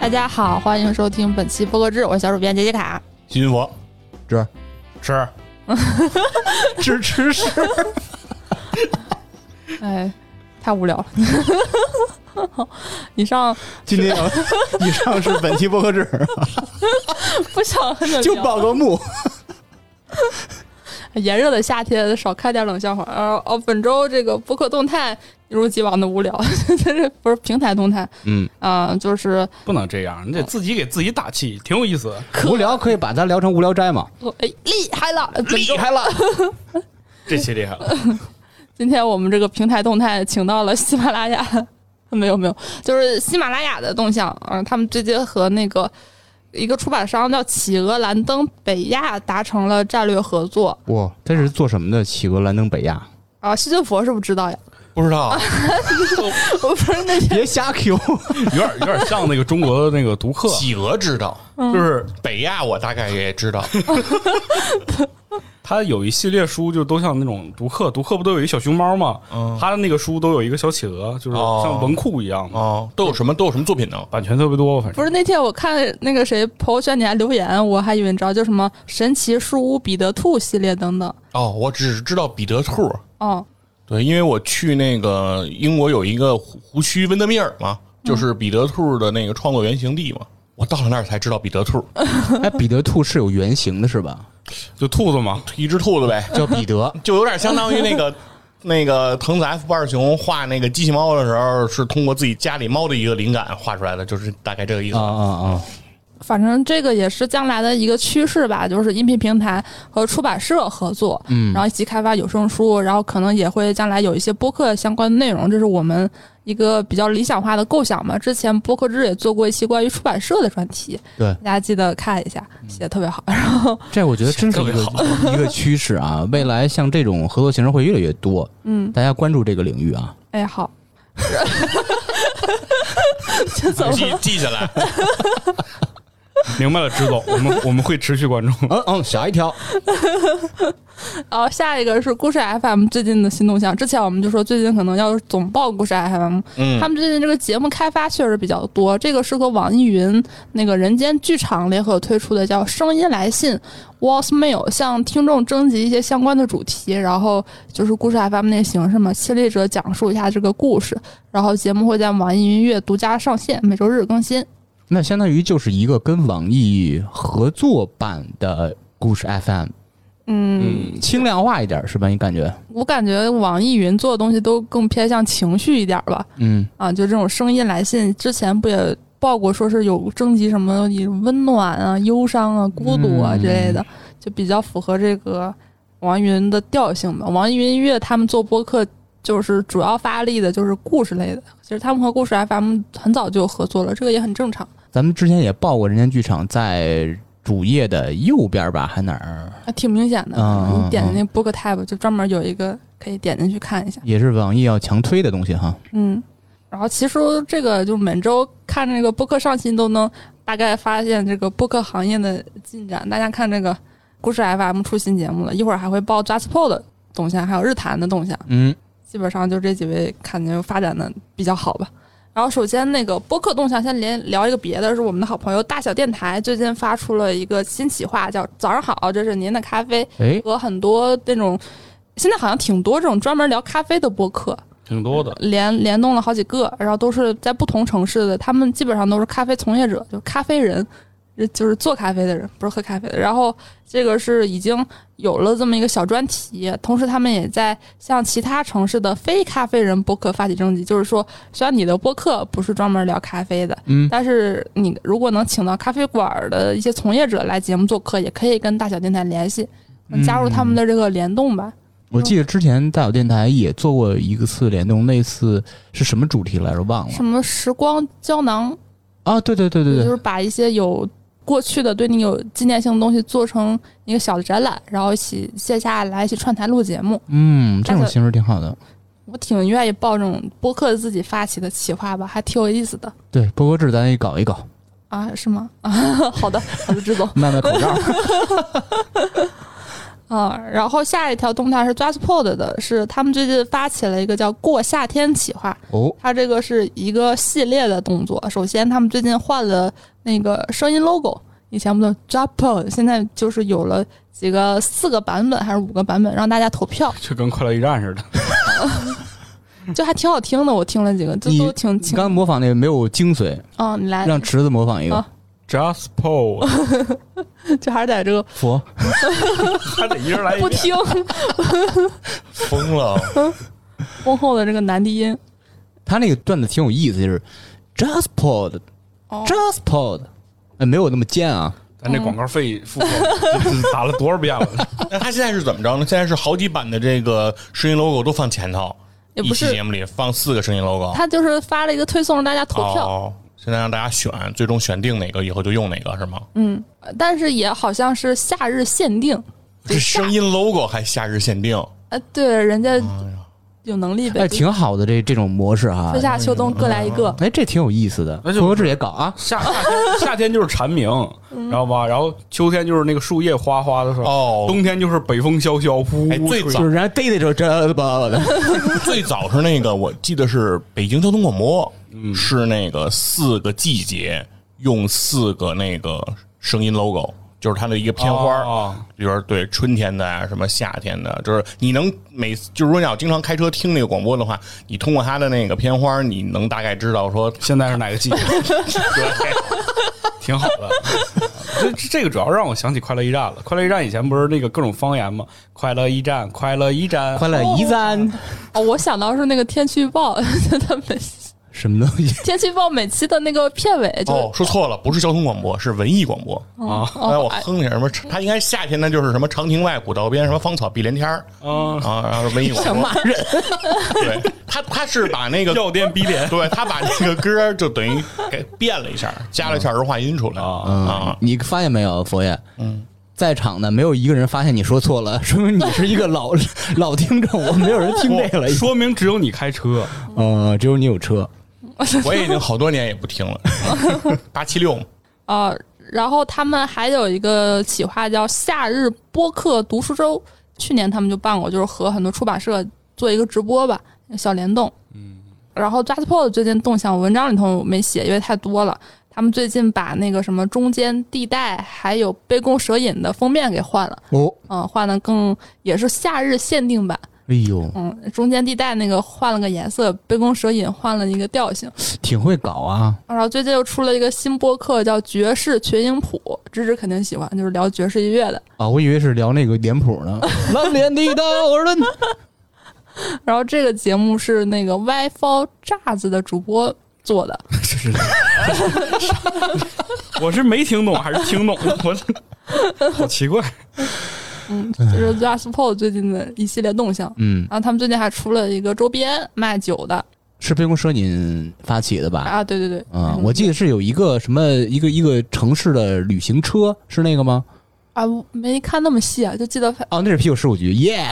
大家好，欢迎收听本期播客制，我是小主编杰西卡。西云佛这 吃吃吃吃，哎，太无聊了。 以上今天要以上是本期播客制，不想跟你 就聊。报个幕。炎热的夏天，少看点冷笑话。呃，哦，本周这个播客动态一如既往的无聊， 但是不是平台动态嗯，啊、就是不能这样，你得自己给自己打气，挺有意思的。无聊可以把它聊成无聊斋嘛？我哎厉害了，本周害了， 这啊期厉害了，今天我们这个平台动态请到了喜马拉雅，呃没有没有，就是喜马拉雅的动向啊、呃他们直接和那个一个出版商叫企鹅兰登北亚达成了战略合作哇，这是做什么的？企鹅兰登北亚，啊。西晋佛是不是知道呀？ 不知道，我不是那别瞎 Q。有点有点像那个中国的那个读客， 企鹅知道，嗯就是北亚我大概也知道。他有一系列书，就都像那种读客，读客不都有一小熊猫吗？他的那个书都有一个小企鹅，就是哦像文库一嗯样的，哦，都有什么都有什么作品呢？版权特别多，反不正是那天我看那个谁朋友圈底下留言，我还以为你知道叫什么神奇树屋彼得兔系列等等哦，我只知道彼得兔。哦。对，因为我去那个英国有一个胡胡须温德米尔嘛，嗯就是彼得兔的那个创作原型地嘛。我到了那儿才知道彼得兔，哎，彼得兔是有原型的，是吧？就兔子嘛，一只兔子呗，叫彼得，就有点相当于那 个那个藤子 F 不二雄画那个机器猫的时候，是通过自己家里猫的一个灵感画出来的，就是大概这个意思。啊啊啊！反正这个也是将来的一个趋势吧，就是音频平台和出版社合作，嗯，然后一起开发有声书，然后可能也会将来有一些播客相关的内容，这是我们一个比较理想化的构想嘛。之前播客之也做过一期关于出版社的专题，对，大家记得看一下，写的特别好。 然后，这我觉得真是一 个一个趋势啊！未来像这种合作形式会越来越多，嗯，大家关注这个领域啊。哎，好，这怎么 记 记下来，明白了，知总，我们我们会持续关注。嗯嗯，吓一跳，哦，下一个是故事 FM 最近的新动向。之前我们就说最近可能要总报故事 FM，、嗯他们最近这个节目开发确实比较多。这个是和网易云那个人间剧场联合推出的叫“声音来信 ”（Walls Mail），向听众征集一些相关的主题，然后就是故事 FM 那个形式嘛，亲历者讲述一下这个故事，然后节目会在网易云音乐独家上线，每周日更新。那相当于就是一个跟网易合作版的故事 FM，嗯，轻量化一点是吧？你感觉？我感觉网易云做的东西都更偏向情绪一点吧。嗯，啊，就这种声音来信，之前不也报过，说是有征集什么以温暖啊、忧伤啊、孤独啊之类的，就比较符合这个网易云的调性吧。网易云音乐他们做播客，就是主要发力的就是故事类的，其实他们和故事 FM 很早就合作了，这个也很正常。咱们之前也报过人间剧场在主页的右边吧，还哪儿？啊，挺明显的，嗯嗯你点进那 Book Tab 就专门有一个可以点进去看一下。也是网易要强推的东西哈。嗯，然后其实这个就每周看这个播客上新都能大概发现这个播客行业的进展。大家看这个故事 FM 出新节目了，一会儿还会报 JustPod 的动向，还有日坛的动向，嗯，基本上就这几位感觉发展的比较好吧。然后首先那个播客动向，先连聊一个别的，是我们的好朋友大小电台最近发出了一个新企划，叫“早上好，这是您的咖啡”，哎，和很多那种现在好像挺多这种专门聊咖啡的播客，挺多的，联联动了好几个，然后都是在不同城市的，他们基本上都是咖啡从业者，就咖啡人，呃就是做咖啡的人，不是喝咖啡的。然后这个是已经有了这么一个小专题，同时他们也在向其他城市的非咖啡人播客发起征集，就是说，虽然你的播客不是专门聊咖啡的，嗯但是你如果能请到咖啡馆的一些从业者来节目做客，也可以跟大小电台联系，加入他们的这个联动吧。我嗯记得之前大有电台也做过一个次联动，类似是什么主题来着？忘了什么时光胶囊啊！对对对对就对，是把一些有过去的对你有纪念性的东西做成一个小的展览，然后一起线下来一起串台录节目。嗯，这但种是形式挺好的。我挺愿意报这种播客自己发起的企划吧，还挺有意思的对，播客制咱也搞一搞， 啊，是吗？啊，好的，好的，志总。卖卖口罩。啊、然后下一条动态是 JustPod 的，是他们最近发起了一个叫“过夏天”企划，哦，它这个是一个系列的动作。首先，他们最近换了那个声音 logo，以前不都 JustPod，现在就是有了几个四个版本还是五个版本，让大家投 票，就跟快乐驿站似的。就还挺好听的。我听了几个，就你都挺你挺刚模仿那个没有精髓，哦，你来，让池子模仿一个啊 Just Paul 就还是在这个佛，还得一人哎来一不 遍。听疯了，婚后的这个男低音。他那个段子挺有意思，就是 just pod 哦 just pod，哎，没有那么贱啊，咱这广告费付出这打了多少遍了？那他现在是怎么着呢？现在是好几版的这个声音 logo 都放前头，也一不期是节目里放四个声音 logo，他就是发了一个推送让大家投票，哦，现在让大家选，最终选定哪个以后就用哪个是吗？嗯，但是也好像是夏日限定，这声音 logo 还夏日限定，呃，对，人家有能力呗，哎，挺好的这这种模式哈春，夏秋冬各来一个，哎，这挺有意思的，那国就国志也搞啊，夏夏天 夏天就是蝉鸣，知道吧？然后秋天就是那个树叶哗哗的时候，哦冬天就是北风萧萧，呼哎呼最吹早就是人家逮的时候 just pod， 最早是那个，我记得是北京交通广播，是那个四个季节用四个那个声音 logo，就是它的一个片花儿，哦比如说对春天的啊，什么夏天的，就是你能每次就是如果你要经常开车听那个广播的话，你通过它的那个片花儿，你能大概知道说，现在是哪个 季节？对，挺好的。这这个主要让我想起快乐驿站了。快乐驿站以前不是那个各种方言吗？快乐驿站，快乐驿站，快乐一赞哦，我想到是那个天气预报， 他每什么东西，天气预报每期的那个片尾就、哦，说错了，不是交通广播，是文艺广播。啊哎，哦我，哼点什么？它应该夏天呢，就是什么长亭外、古道边，什么芳草碧连天儿啊！啊，然后文艺广播。想骂人，对他，他是把那个药店逼脸对他把那个歌儿就等于给变了一下，加了一下儿化音出来啊嗯啊，！你发现没有，佛爷，嗯。在场的没有一个人发现你说错了， 说明你是一个老 老听众，我没有人听这个嗯了。说明只有你开车，呃，只有你有车，我也已经好多年也不听了，八七六嘛，啊，然后他们还有一个企划叫夏日播客读书周，去年他们就办过，就是和很多出版社做一个直播吧，小联动。嗯，然后 JustPod 最近动向文章里头没写，因为太多了。他们最近把那个什么中间地带还有杯弓蛇影的封面给换了，哦，嗯、换的更也是夏日限定版。哎呦，嗯，中间地带那个换了个颜色，杯弓蛇影换了一个调性。挺会搞啊！然后最近又出了一个新播客，叫《爵士群英谱》，芝芝肯定喜欢，就是聊爵士音乐的。啊，我以为是聊那个脸谱 呢。蓝脸的道人，然后这个节目是那个 WiFi 炸子的主播做的，我是没听懂还是听懂了？我 这好奇怪。 嗯，就是 JustPod 最近的一系列动向。嗯，然后他们最近还出了一个周边卖酒的是杯弓蛇影发起的吧？啊，对对对，啊，我记得是有一个什么一个一个城市的旅行车，是那个吗？啊没看那么细啊，就记得哦，那是啤酒十五局，耶！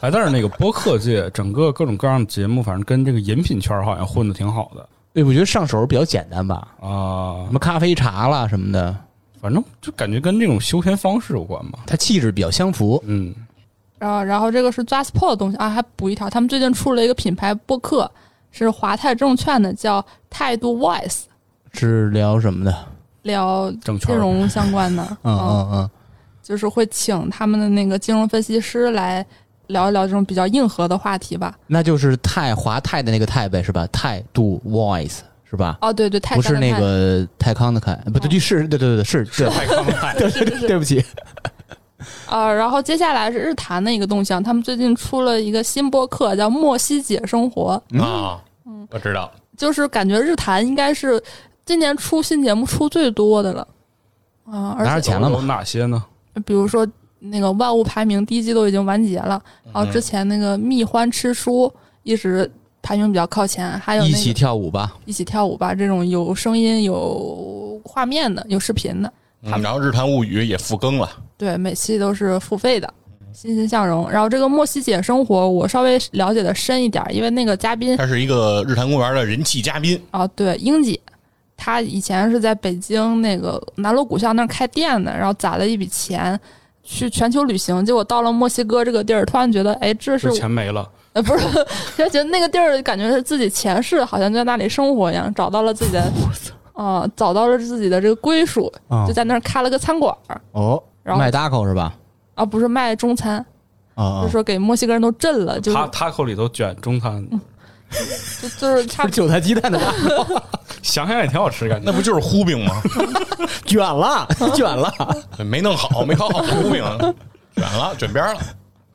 哎，但是那个播客界，整个各种各样的节目，反正跟这个饮品圈好像混的挺好的对，我觉得上手比较简单吧，啊什、么咖啡茶啦什么的，反正就感觉跟这种休闲方式有关吧。它气质比较相符。嗯，然后，然后这个是 JustPod 的东西啊，还补一条，他们最近出了一个品牌播客，是华泰证券的，叫态度 Voice，是聊什么的？聊金证券融相关的，嗯哦嗯嗯， 就是会请他们的那个金融分析师来聊一聊这种比较硬核的话题吧。那就是泰华泰的那个泰呗，是吧？态度 voice 是吧？哦，对对，泰哦不是山的那泰个泰康的泰，不对，是，对对对对， 是是泰康的泰，对对 对对不起，啊、然后接下来是日坛的一个动向，他们最近出了一个新播客叫《莫西姐生活 啊，我知道，》，就是感觉日坛应该是今年出新节目出最多的了啊、而且拿着钱了有嘛？哪些呢？比如说那个万物排名第一季都已经完结了，嗯然后之前那个蜜獾吃书一直排名比较靠前，还有哎那一个起跳舞吧，一起跳舞吧这种有声音、有画面的、有视频的，嗯然后《日谈物语》也复更了，对，每期都是付费的。嗯欣欣向荣，然后这个莫西姐生活，我稍微了解的深一点，因为那个嘉宾他是一个《日坛公园》的人气嘉宾，啊，对，英姐，她以前是在北京那个南锣鼓巷那儿开店的，然后攒了一笔钱，去全球旅行，结果到了墨西哥这个地儿，突然觉得，哎，这是这我钱没了，呃，不是，就觉得那个地儿感觉是自己前世好像就在那里生活一样，找到了自己的， 啊、找到了自己的这个归属，啊就在那儿开了个餐馆儿哦，然后卖 taco 是吧？啊，不是卖中餐，啊就啊是，说给墨西哥人都震了，就是他他口里头卷中餐，就就是差不 不是韭菜鸡蛋的 想想也挺好吃，感觉那不就是呼饼吗？卷了，哦卷了。没弄好，没搞好呼饼，卷了，卷边了。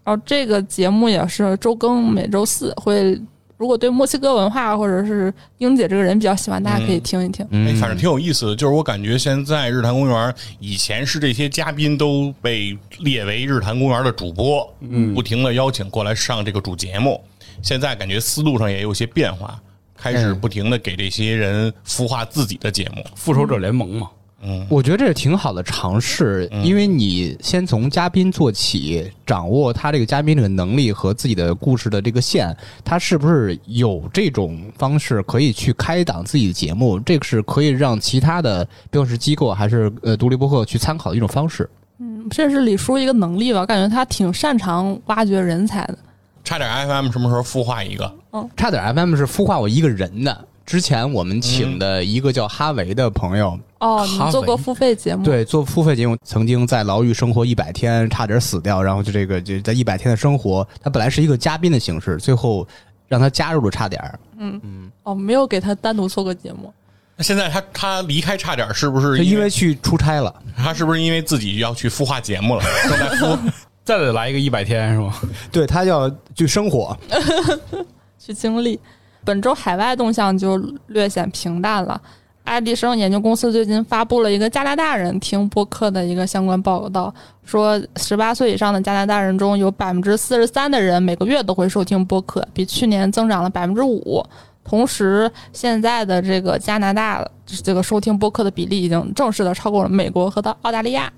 然后这个节目也是周更，每周四会。如果对墨西哥文化或者是英姐这个人比较喜欢，大家可嗯以听一听。哎，反正挺有意思的，就是我感觉现在日坛公园以前是这些嘉宾都被列为日坛公园的主播，嗯，不停的邀请过来上这个主节目。现在感觉思路上也有些变化，开哎始不停的给这些人孵化自己的节目。嗯复仇者联盟嘛，我觉得这是挺好的尝试，因为你先从嘉宾做起，掌握他这个嘉宾这个能力和自己的故事的这个线，他是不是有这种方式可以去开档自己的节目？这个是可以让其他的，不管是机构还是呃独立播客去参考的一种方式。这是李叔一个能力吧，我感觉他挺擅长挖掘人才的。差点 FM 什么时候孵化一个？差点 FM 是孵化我一个人的。之前我们请的一个叫哈维的朋友，哦，你们做过付费节目？对，做付费节目，曾经在牢狱生活一百天，差点死掉，然后就这个就在一百天的生活，他本来是一个嘉宾的形式，最后让他加入了差点儿，哦，没有给他单独做过节目。那现在他他离开差点，是不就是因为去出差了。他是不是因为自己要去孵化节目 了？正在孵，再得来一个一百天是吗？对他要去生活，去经历。本周海外动向就略显平淡了。爱迪生研究公司最近发布了一个加拿大人听播客的一个相关报道，说十八岁以上的加拿大人中有百分之四十三的人每个月都会收听播客，比去年增长了百分之五。同时，现在的这个加拿大这个收听播客的比例已经正式的超过了美国和到澳大利亚。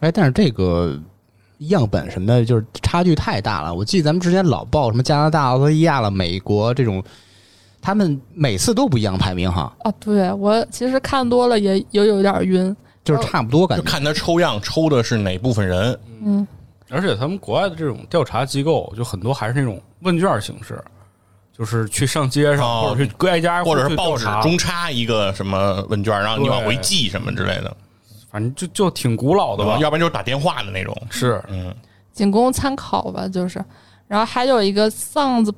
哎，但是这个样本什么的，就是差距太大了。我记得咱们之前老报什么加拿大、澳大利亚了、美国这种，他们每次都不一样排名哈，哦，对我其实看多了也也有点晕。就是差不多感就觉。看他抽样抽的是哪部分人。 而且他们国外的这种调查机构，就很多还是那种问卷形式，就是去上街上，哦或者去各挨家，或者去是调报纸查中插一个什么问卷，让你往回寄什么之类的，反正就就挺古老的对吧吧？？要不然就是打电话的那种。是嗯，仅供参考吧，就是。然后还有一个 Sounds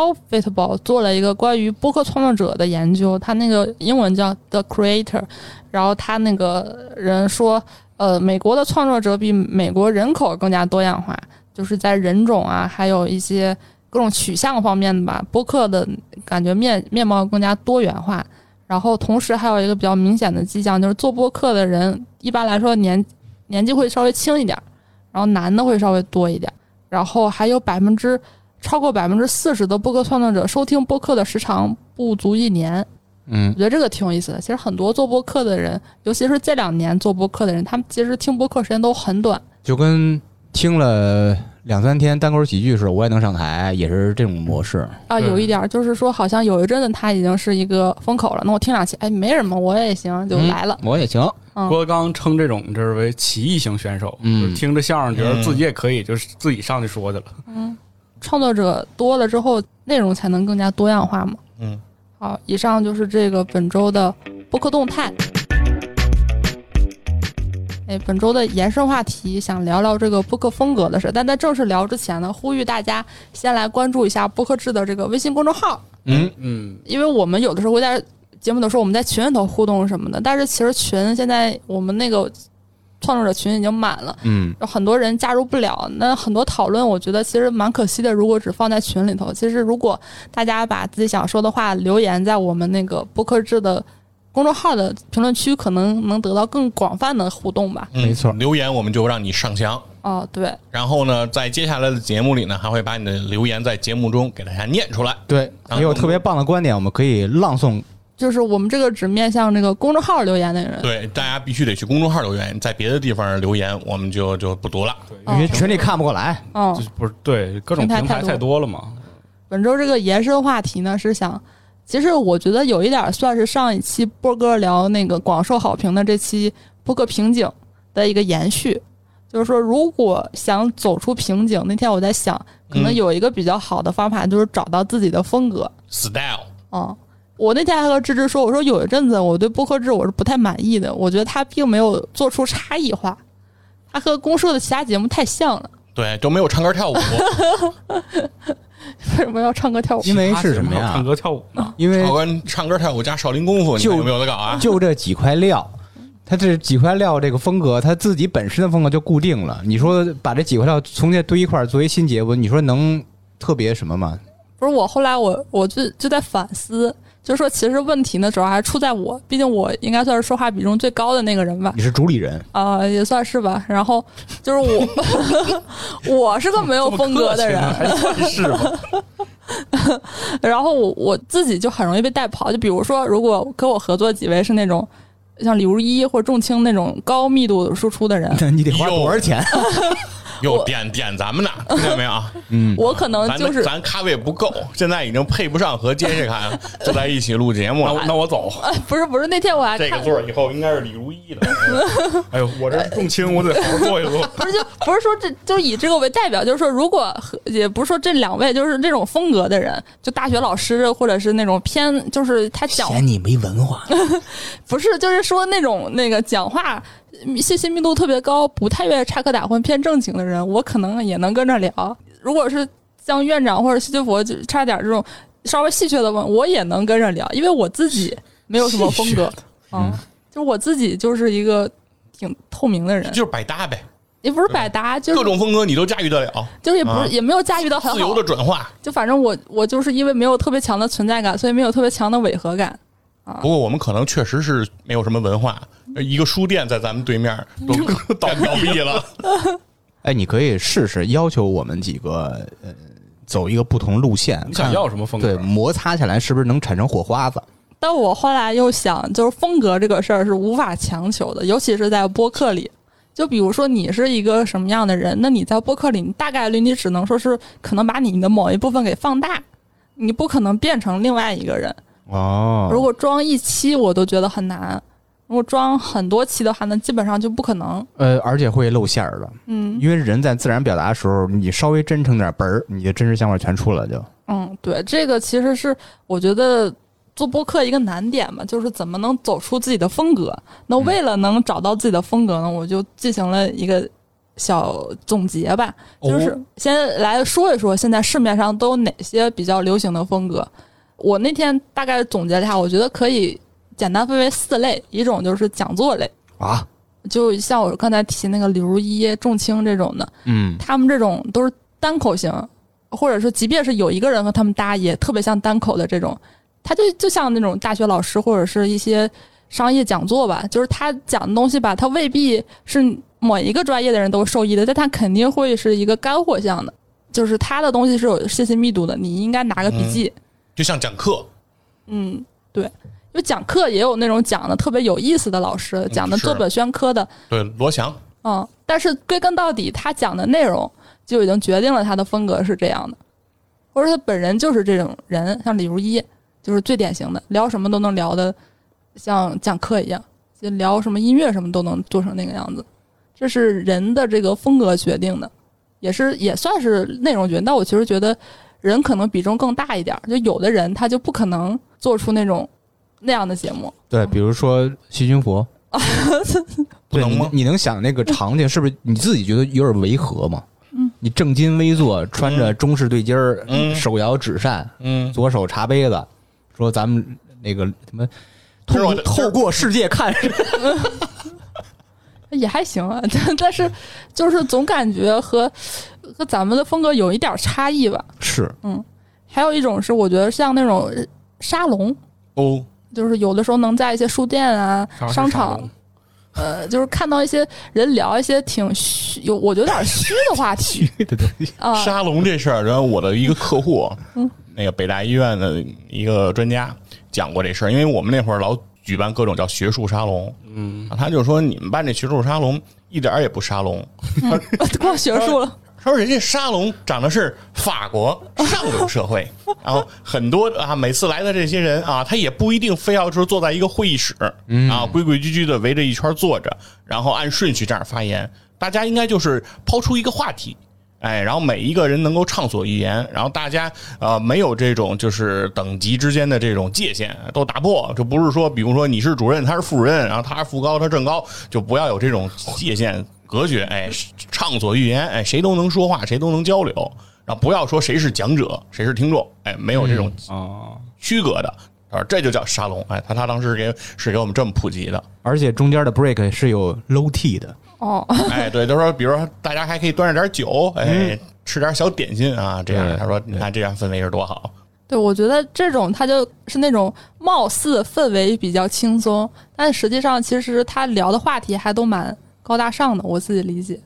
Profitable 做了一个关于播客创作者的研究，他那个英文叫 The Creator，然后他那个人说，呃，美国的创作者比美国人口更加多样化，就是在人种啊，还有一些各种取向方面吧，播客的感觉面面貌更加多元化。然后同时还有一个比较明显的迹象，就是做播客的人一般来说年年纪会稍微轻一点儿，然后男的会稍微多一点，然后还有百分之超过百分之四十的播客创作者收听播客的时长不足一年，嗯我，觉得这个挺有意思的。其实很多做播客的人，尤其是这两年做播客的人，他们其实听播客时间都很短。就跟听了两三天单口喜剧似的，我也能上台，也是这种模式。啊，对有一点儿就是说，好像有一阵子他已经是一个风口了。那我听两期，哎，没什么，我也行，就来了。嗯我也行。嗯郭德纲称这种就是为奇异型选手，嗯就是听着相声觉得自己也可以，就是自己上去说去了。创作者多了之后，内容才能更加多样化嘛。嗯，好，以上就是这个本周的播客动态。哎，本周的延伸话题想聊聊这个播客风格的事，但在正式聊之前呢，呼吁大家先来关注一下播客制的这个微信公众号，嗯，嗯，因为我们有的时候会在节目的时候我们在群里头互动什么的，但是其实群现在我们那个创作者群已经满了，嗯，有很多人加入不了，那很多讨论我觉得其实蛮可惜的。如果只放在群里头，其实如果大家把自己想说的话留言在我们那个播客制的公众号的评论区，可能能得到更广泛的互动吧。没错嗯留言我们就让你上墙。哦，对，然后呢，在接下来的节目里呢，还会把你的留言在节目中给大家念出来。对，也有特别棒的观点，我们可以朗诵。就是我们这个只面向这个公众号留言的人。对，大家必须得去公众号留言，在别的地方留言我们就就不读了。因哎为群里看不过来，嗯就，是不是对各种哦平台平太台多太多了嘛？本周这个延伸话题呢是想，其实我觉得有一点算是上一期波哥聊那个广受好评的这期播客瓶颈的一个延续。就是说，如果想走出瓶颈，那天我在想，可能嗯有一个比较好的方法，就是找到自己的风格。 style，嗯，我那天还和芝芝说，我说有一阵子我对播客制我是不太满意的，我觉得它并没有做出差异化，它和公社的其他节目太像了。 对，都没有唱歌跳舞，为什么要唱歌跳舞？因为是什么唱呀？歌跳舞呢？因为超哥唱歌跳舞加少林功夫，你就们有没有得搞啊？就这几块料，它这几块料这个风格，它自己本身的风格就固定了。你说把这几块料重新堆一块儿作为新节目，你说能特别什么吗？不是我后来我我就就在反思，就是说其实问题呢主要还出在我，毕竟我应该算是说话比重最高的那个人吧。你是主理人，啊、也算是吧。然后就是我， 我是个没有风格的人，还算是吧。 然后我我自己就很容易被带跑。就比如说，如果跟我合作几位是那种像刘一或者仲青那种高密度输出的人，那你得花多少钱？有点点咱们呢，听见没有啊？嗯，我可能咱就是咱咖位不够，现在已经配不上和杰西卡坐在一起录节目那 我了。那我走。不是不是那天我还这看个座儿以后应该是李如一的，哎呦，我这是重轻，我得好好坐一坐。不是就 不是说这就是以这个为代表，就是说如果 和也不是说这两位就是这种风格的人，就大学老师或者是那种偏就是他讲你没文化，不是就是说那种那个讲话嗯信息密度特别高，不太愿意插科打诨、偏正经的人，我可能也能跟着聊。如果是像院长或者西西佛，就差点这种稍微戏谑的问，我也能跟着聊，因为我自己没有什么风格戏啊，就我自己就是一个挺透明的人，就是百搭呗，也不是百搭，就是各种风格你都驾驭得了，就是也不是、啊也没有驾驭到很自由好的，转化。就反正我我就是因为没有特别强的存在感，所以没有特别强的违和感。不过我们可能确实是没有什么文化，一个书店在咱们对面都 倒倒 闭了。哎，你可以试试要求我们几个呃走一个不同路线，你想看要什么风对格？摩擦起来是不是能产生火花子？但我后来又想，就是风格这个事儿是无法强求的，尤其是在播客里。就比如说你是一个什么样的人，那你在播客里，你大概率你只能说是可能把你的某一部分给放大，你不可能变成另外一个人。哦如果装一期我都觉得很难，如果装很多期的话，那基本上就不可能。呃，而且会露馅儿的，嗯因为人在自然表达的时候，你稍微真诚点儿，本儿你的真实想法全出来就。嗯，对，这个其实是我觉得做播客一个难点嘛，就是怎么能走出自己的风格。那为了能找到自己的风格呢，我就进行了一个小总结吧，就是先来说一说现在市面上都有哪些比较流行的风格。我那天大概总结了一下，我觉得可以简单分为四类，一种就是讲座类，啊，就像我刚才提那个李如一、仲青这种的，嗯，他们这种都是单口型，或者说即便是有一个人和他们搭，也特别像单口的这种，他就就像那种大学老师或者是一些商业讲座吧，就是他讲的东西吧，他未必是某一个专业的人都受益的，但他肯定会是一个干货项的，就是他的东西是有信息密度的，你应该拿个笔记，就像讲课，嗯，对，因为讲课也有那种讲的特别有意思的老师，讲的是做本宣科的，对罗翔，嗯，但是归根到底，他讲的内容就已经决定了他的风格是这样的，或者他本人就是这种人，像李如一就是最典型的，聊什么都能聊的像讲课一样，就聊什么音乐什么都能做成那个样子，这是人的这个风格决定的，也是也算是内容决定。但我其实觉得人可能比重更大一点儿，就有的人他就不可能做出那种那样的节目，对，比如说细菌 佛，不对能吗你？你能想那个场景是不是你自己觉得有点违和吗？嗯，你正襟危坐，穿着中式对襟儿，嗯手摇纸扇，嗯，左手茶杯子，说咱们那个什么。这是我透过的透过世界看，也还行啊，但但是就是总感觉和和咱们的风格有一点儿差异吧。 是还有一种是我觉得像那种沙龙，哦，就是有的时候能在一些书店啊、商场，呃，就是看到一些人聊一些挺虚，有我觉得有点虚的话题啊。沙龙这事儿，然后我的一个客户，那个北大医院的一个专家讲过这事儿，因为我们那会儿老举办各种叫学术沙龙，嗯，他就说你们办这学术沙龙一点儿也不沙龙， 光学术了，他说人家沙龙长的是法国上流社会，然后很多啊，每次来的这些人啊，他也不一定非要说坐在一个会议室，啊，规规矩矩的围着一圈坐着，然后按顺序这样发言。大家应该就是抛出一个话题。哎，然后每一个人能够畅所欲言，然后大家呃没有这种就是等级之间的这种界限都打破，就不是说比如说你是主任，他是副主任，然后他是副高，他正高，就不要有这种界限隔绝。哎，畅所欲言，哎，谁都能说话，谁都能交流，然后不要说谁是讲者，谁是听众，哎，没有这种啊，区隔的。啊，这就叫沙龙，哎，他他当时给是给我们这么普及的，而且中间的 break 是有 low tea 的，哦， 哎，对，他说，比如说大家还可以端着点酒，哎，吃点小点心啊，这样，对他说，你看这样氛围是多好，对，我觉得这种他就是那种貌似氛围比较轻松，但实际上其实他聊的话题还都蛮高大上的，我自己理解。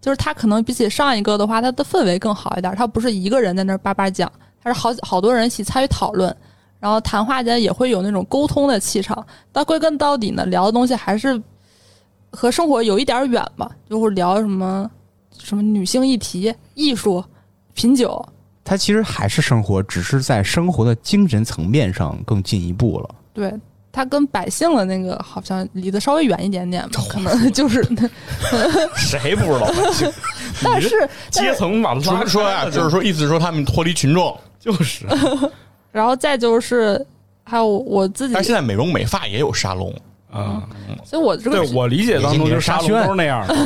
就是他可能比起上一个的话，他的氛围更好一点，他不是一个人在那儿叭叭讲，他是好好多人一起参与讨论，然后谈话间也会有那种沟通的气场。但归根到底呢，聊的东西还是和生活有一点远吧，就会聊什么什么女性议题、艺术、品酒，它其实还是生活，只是在生活的精神层面上更进一步了。对，它跟百姓的那个好像离得稍微远一点点吧，可能就是，谁不知道？ 但是但阶是层把说拉说呀、开 了就是说意思是说他们脱离群众，嗯就是啊 然后再就是还有我自己但，现在美容美发也有沙龙，啊，所以我这对个我理解当中就是沙龙都是 那样的，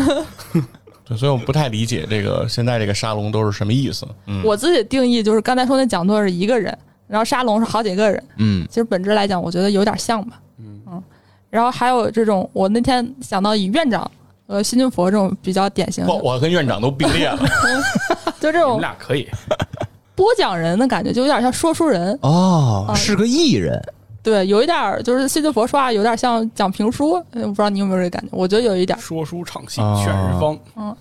对，所以我不太理解这个现在这个沙龙都是什么意思，嗯，我自己的定义就是刚才说那讲座是一个人，然后沙龙是好几个人，嗯，其实本质来讲，我觉得有点像吧。嗯然后还有这种，我那天想到以院长呃新军佛这种比较典型我的，我跟院长都并列了，就这你们种俩可以播讲人的感觉，就有点像说书人，哦，啊是个艺人，对，有一点儿就是新军佛说话有点像讲评书，呃我不知道你有没有这个感觉，我觉得有一点儿。说书唱戏啊劝人方，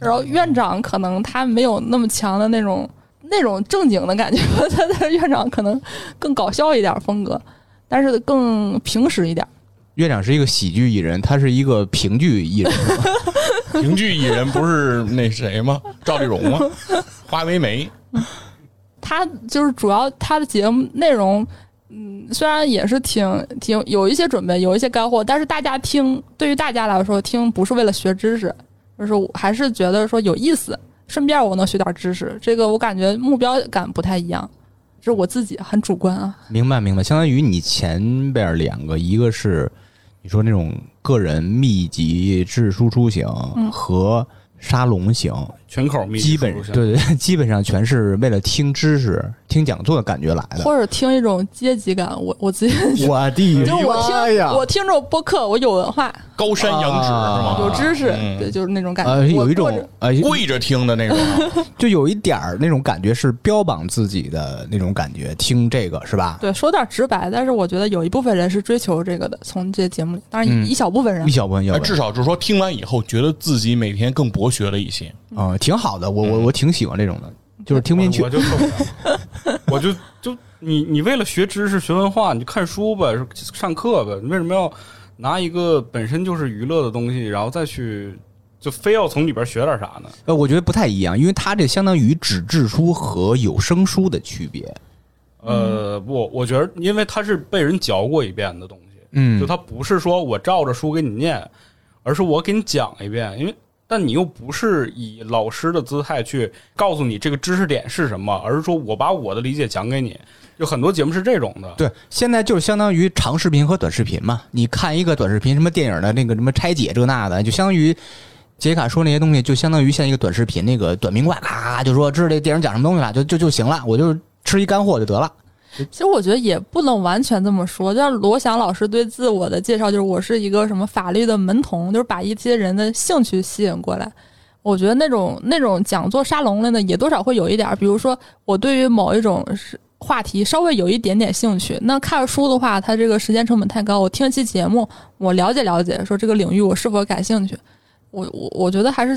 然后院长可能他没有那么强的那种那种正经的感觉， 他的院长可能更搞笑一点风格，但是更平实一点。院长是一个喜剧艺人，他是一个评剧艺 人，评剧艺人不是那谁吗？赵丽蓉吗？花为媒，他就是主要他的节目内容，嗯，虽然也是挺挺有一些准备，有一些干货，但是大家听对于大家来说听不是为了学知识，就是我还是觉得说有意思，顺便我能学点知识。这个我感觉目标感不太一样，这是我自己很主观啊。明白明白，相当于你前边两个，一个是你说那种个人密集制输出型嗯和沙龙型，全口密集基本输入线对对，基本上全是为了听知识、听讲座的感觉来的。或者听一种阶级感，我我自己我的就是我妈听哎呀！我听这种播客，我有文化，高山仰止、啊是吗？有知识，嗯对，就是那种感觉。呃，我有一或者种呃，跪着听的那种，就有一点儿那种感觉是标榜自己的那种感觉，听这个是吧？对，说点直白，但是我觉得有一部分人是追求这个的，从这节目里，当然一嗯一小部分人一。小部分要哎啊至少就是说听完以后，觉得自己每天更博学了一些。啊、呃，挺好的，我我我挺喜欢这种的，就是听不进去我。就受不了， 我就就你你为了学知识学文化，你就看书呗，上课呗，你为什么要拿一个本身就是娱乐的东西，然后再去就非要从里边学点啥呢？呃，我觉得不太一样，因为它这相当于纸质书和有声书的区别。呃，嗯我我觉得，因为它是被人嚼过一遍的东西，嗯就它不是说我照着书给你念，而是我给你讲一遍，因为。但你又不是以老师的姿态去告诉你这个知识点是什么，而是说我把我的理解讲给你。有很多节目是这种的，对，现在就是相当于长视频和短视频嘛。你看一个短视频，什么电影的那个什么拆解这那的，就相当于杰卡说那些东西，就相当于像一个短视频那个短平快，咔就说这这电影讲什么东西了，就就就行了，我就吃一干货就得了。其实我觉得也不能完全这么说，就像罗翔老师对自我的介绍，就是我是一个什么法律的门童，就是把一些人的兴趣吸引过来。我觉得那种那种讲座沙龙类的也多少会有一点儿，比如说我对于某一种是话题稍微有一点点兴趣，那看书的话，它这个时间成本太高。我听一期节目，我了解了解，说这个领域我是否感兴趣。我我我觉得还是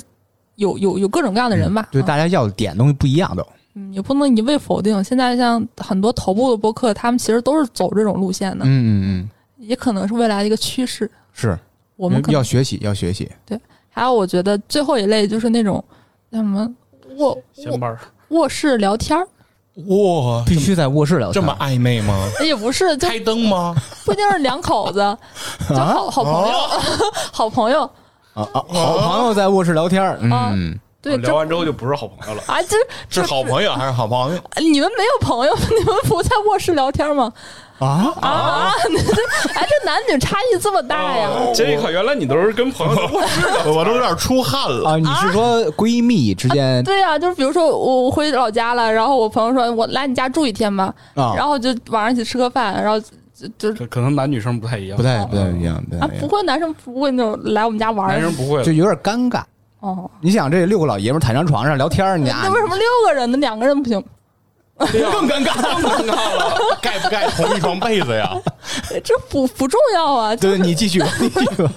有有有各种各样的人吧，对，嗯大家要的点东西不一样都。嗯，也不能一味否定。现在像很多头部的播客，他们其实都是走这种路线的，嗯嗯嗯，也可能是未来的一个趋势。是，我们可嗯要能学习，要学习。还有，我觉得最后一类就是那种叫什么卧闲卧班儿卧室聊天儿，哇，必须在卧室聊天这么暧昧吗？哎也不是，就开灯吗？不一定是两口子，就好好朋友，好朋友。啊啊，好朋友在卧室聊天儿，啊嗯，对，这哦聊完之后就不是好朋友 了。啊，这是这好朋友还是好朋友？你们没有朋友， 你们不在卧室聊天吗？啊，啊， 哎，这男女差异这么大哎呀？这个原来你都是跟朋友在卧室我都有点出汗了。啊，你是说闺蜜之间对呀、就是比如说我我回老家了，然后我朋友说我来你家住一天吧，啊，然后就晚上一起吃个饭，然后就就可可能男女生不太一样，不太不太一样，不啊太一不样，会，男生不会那种来我们家玩男儿生不会了就。有点尴尬。哦。你想，这六个老爷们儿躺张床上聊天儿，你啊俩那为什么六个人呢？两个人不 行？更尴尬？盖不盖同一床被子呀？这不不重要啊，对，你继续吧，你继续吧。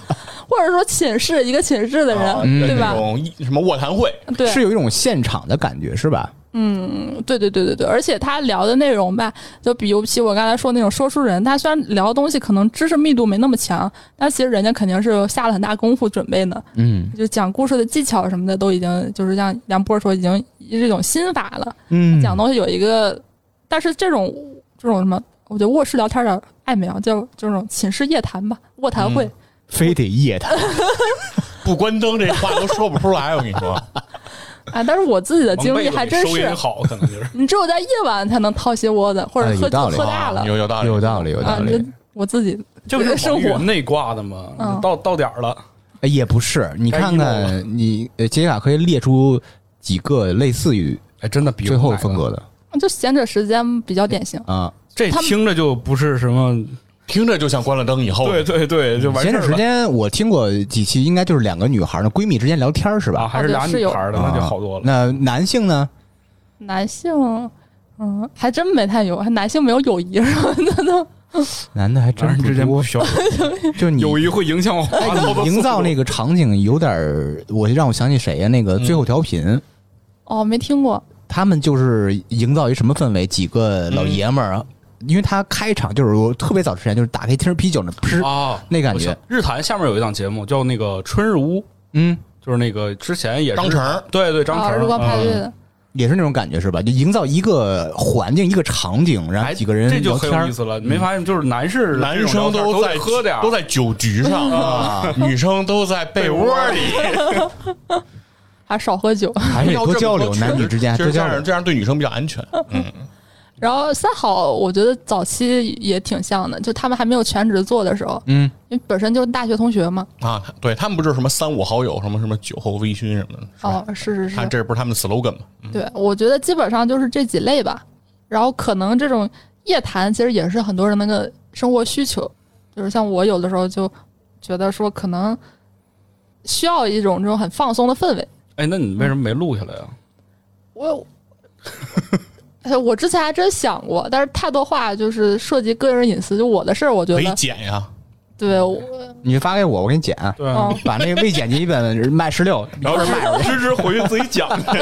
或者说寝室一个寝室的人，啊嗯对那吧？种一什么卧谈会，对，是有一种现场的感觉，是吧？对对对对对，而且他聊的内容吧，就比如起我刚才说那种说书人，他虽然聊的东西可能知识密度没那么强，但其实人家肯定是下了很大功夫准备的，嗯就讲故事的技巧什么的都已经就是像梁波说，已经是一种心法了。嗯讲东西有一个，但是这种这种什么，我觉得卧室聊天有点暧昧啊，叫这种寝室夜谈吧，卧谈会。非得夜谈，不关灯这话都说不出来。我跟你说，啊，但是我自己的我经们历被还真收是音，好，可能就是你只有在夜晚才能掏心窝子，或者哎喝有酒道理喝大了有有道理，有道理，有道啊，你理就。我自己就是生活内挂的嘛。嗯到到点儿了，哎也不是，你看该 emo 了看你，呃杰西卡可以列出几个类似于哎，真的比最后风格的就闲着时间比较典型。啊。这他们听着就不是什么。听着就像关了灯以后。 对对对，就完前事段儿时了间我听过几期，应该就是两个女孩儿呢，闺蜜之间聊天儿是啊，吧？还是俩啊对女孩儿的，啊那就好多了。那男性呢？男性，嗯，还真没太有，还男性没有友谊什 么的呢。男的还真男人之间不不多，需要 就你友谊会影响我哎滑头的你营造速度那个场景有点儿，我让我想起谁呀、那嗯个最后调频。哦，没听过。他们就是营造一什么氛围？几个老爷们儿，啊嗯因为他开场就是我特别早之前就是打开一听啤酒呢，噗，啊，那感我觉想日坛下面有一档节目叫那个《春日屋》，嗯，就是那个之前也是张成儿对对张成啊，儿，日光派嗯对的，也是那种感觉是吧？就营造一个环境，一个场景，然后哎，几个人这就聊很天有儿嗯意。思了。你没发现就是男士男生这种聊天儿在得喝点儿都在酒局上啊， 女生都在被窝里。还少喝酒。还是得哎多哎交流，男女之间就多是这交流样，。这样对女生比较安全。嗯，然后三好，我觉得早期也挺像的，就他们还没有全职做的时候，嗯，因为本身就是大学同学嘛。啊，对他们不就是什么三五好友，什么什么酒后微醺什么的，是吧？哦，是是是看，啊这不是他们的 slogan 吗？对，我觉得基本上就是这几类吧。然后可能这种夜谈其实也是很多人那个生活需求，就是像我有的时候就觉得说可能需要一种这种很放松的氛围。哎，那你为什么没录下来啊？我， 哎，我之前还真想过，但是太多话就是涉及个人隐私，就我的事儿，我觉可以得剪呀，对，我你发给我，我给你剪，对啊，嗯，把那个未剪辑本卖十六，然后芝芝芝回去自己 讲去。